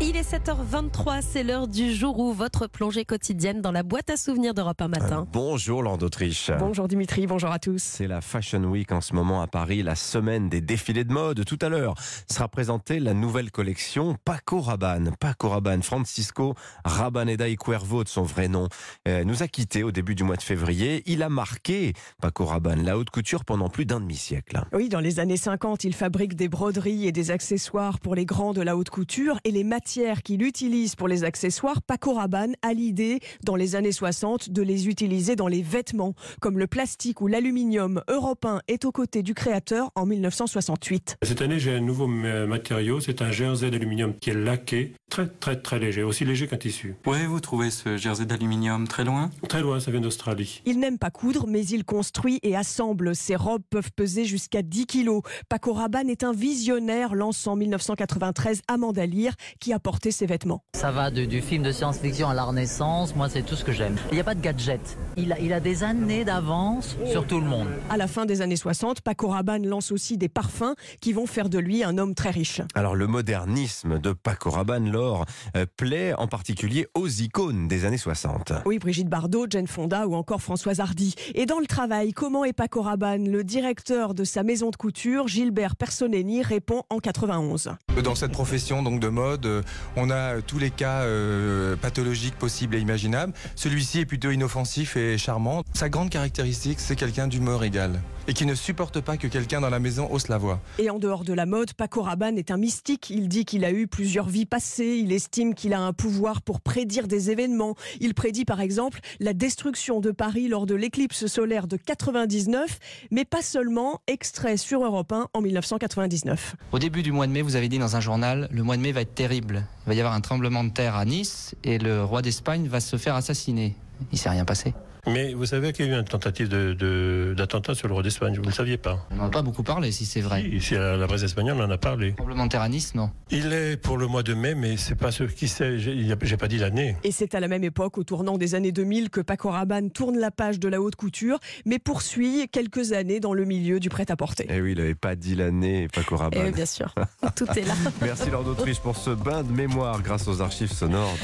Il est 7h23, c'est l'heure du jour où votre plongée quotidienne dans la boîte à souvenirs d'Europe 1 matin. Bonjour Land d'Autriche. Bonjour Dimitri, bonjour à tous. C'est la Fashion Week en ce moment à Paris, la semaine des défilés de mode. Tout à l'heure sera présentée la nouvelle collection Paco Rabanne. Paco Rabanne, Francisco Rabaneda y Cuervo de son vrai nom, euh, nous a quittés au début du mois de février. Il a marqué Paco Rabanne, la haute couture pendant plus d'un demi-siècle. Oui, dans les années 50, il fabrique des broderies et des accessoires pour les grands de la haute couture et les matières qu'il utilise pour les accessoires, Paco Rabanne a l'idée, dans les années 60, de les utiliser dans les vêtements, comme le plastique ou l'aluminium. européen est aux côtés du créateur en 1968. Cette année, j'ai un nouveau matériau, c'est un jersey d'aluminium qui est laqué, très très très léger, aussi léger qu'un tissu. Pourriez-vous trouver ce jersey d'aluminium très loin Très loin, ça vient d'Australie. Il n'aime pas coudre, mais il construit et assemble. Ses robes peuvent peser jusqu'à 10 kilos. Paco Rabanne est un visionnaire, lance en 1993 Amanda Lear, qui a porté ses vêtements. Ça va de, du film de science-fiction à la Renaissance, moi c'est tout ce que j'aime. Il n'y a pas de gadget. Il a, il a des années d'avance sur tout le monde. À la fin des années 60, Paco Rabanne lance aussi des parfums qui vont faire de lui un homme très riche. Alors le modernisme de Paco Rabanne, l'or, euh, plaît en particulier aux icônes des années 60. Oui, Brigitte Bardot, Jane Fonda ou encore Françoise Hardy. Et dans le travail, comment est Paco Rabanne Le directeur de sa maison de couture, Gilbert Personeni, répond en 91. Dans cette profession donc de mode, euh, on a tous les cas euh, pathologiques possibles et imaginables. Celui-ci est plutôt inoffensif et charmant. Sa grande caractéristique, c'est quelqu'un d'humeur égale et qui ne supporte pas que quelqu'un dans la maison hausse la voix. Et en dehors de la mode, Paco Rabanne est un mystique. Il dit qu'il a eu plusieurs vies passées. Il estime qu'il a un pouvoir pour prédire des événements. Il prédit par exemple la destruction de Paris lors de l'éclipse solaire de 99, mais pas seulement. Extrait sur Europe 1 en 1999. Au début du mois de mai, vous avez dit dans un journal, le mois de mai va être terrible. Il va y avoir un tremblement de terre à Nice et le roi d'Espagne va se faire assassiner. Il s'est rien passé. Mais vous savez qu'il y a eu une tentative d'attentat de, de, sur le roi d'Espagne, vous ne le saviez pas On n'en a pas beaucoup parlé, si c'est vrai. Si, si la, la, presse espagnole en a parlé. Complémentaire à Nice, non Il est pour le mois de mai, mais c'est pas ce qui sait, j'ai pas dit l'année. Et c'est à la même époque, au tournant des années 2000, que Paco Rabanne tourne la page de la haute couture, mais poursuit quelques années dans le milieu du prêt-à-porter. Eh oui, il n'avait pas dit l'année, Paco Rabanne. Eh bien Eh sûr, tout est là. Merci Lord d'Autriche pour ce bain de mémoire grâce aux archives sonores.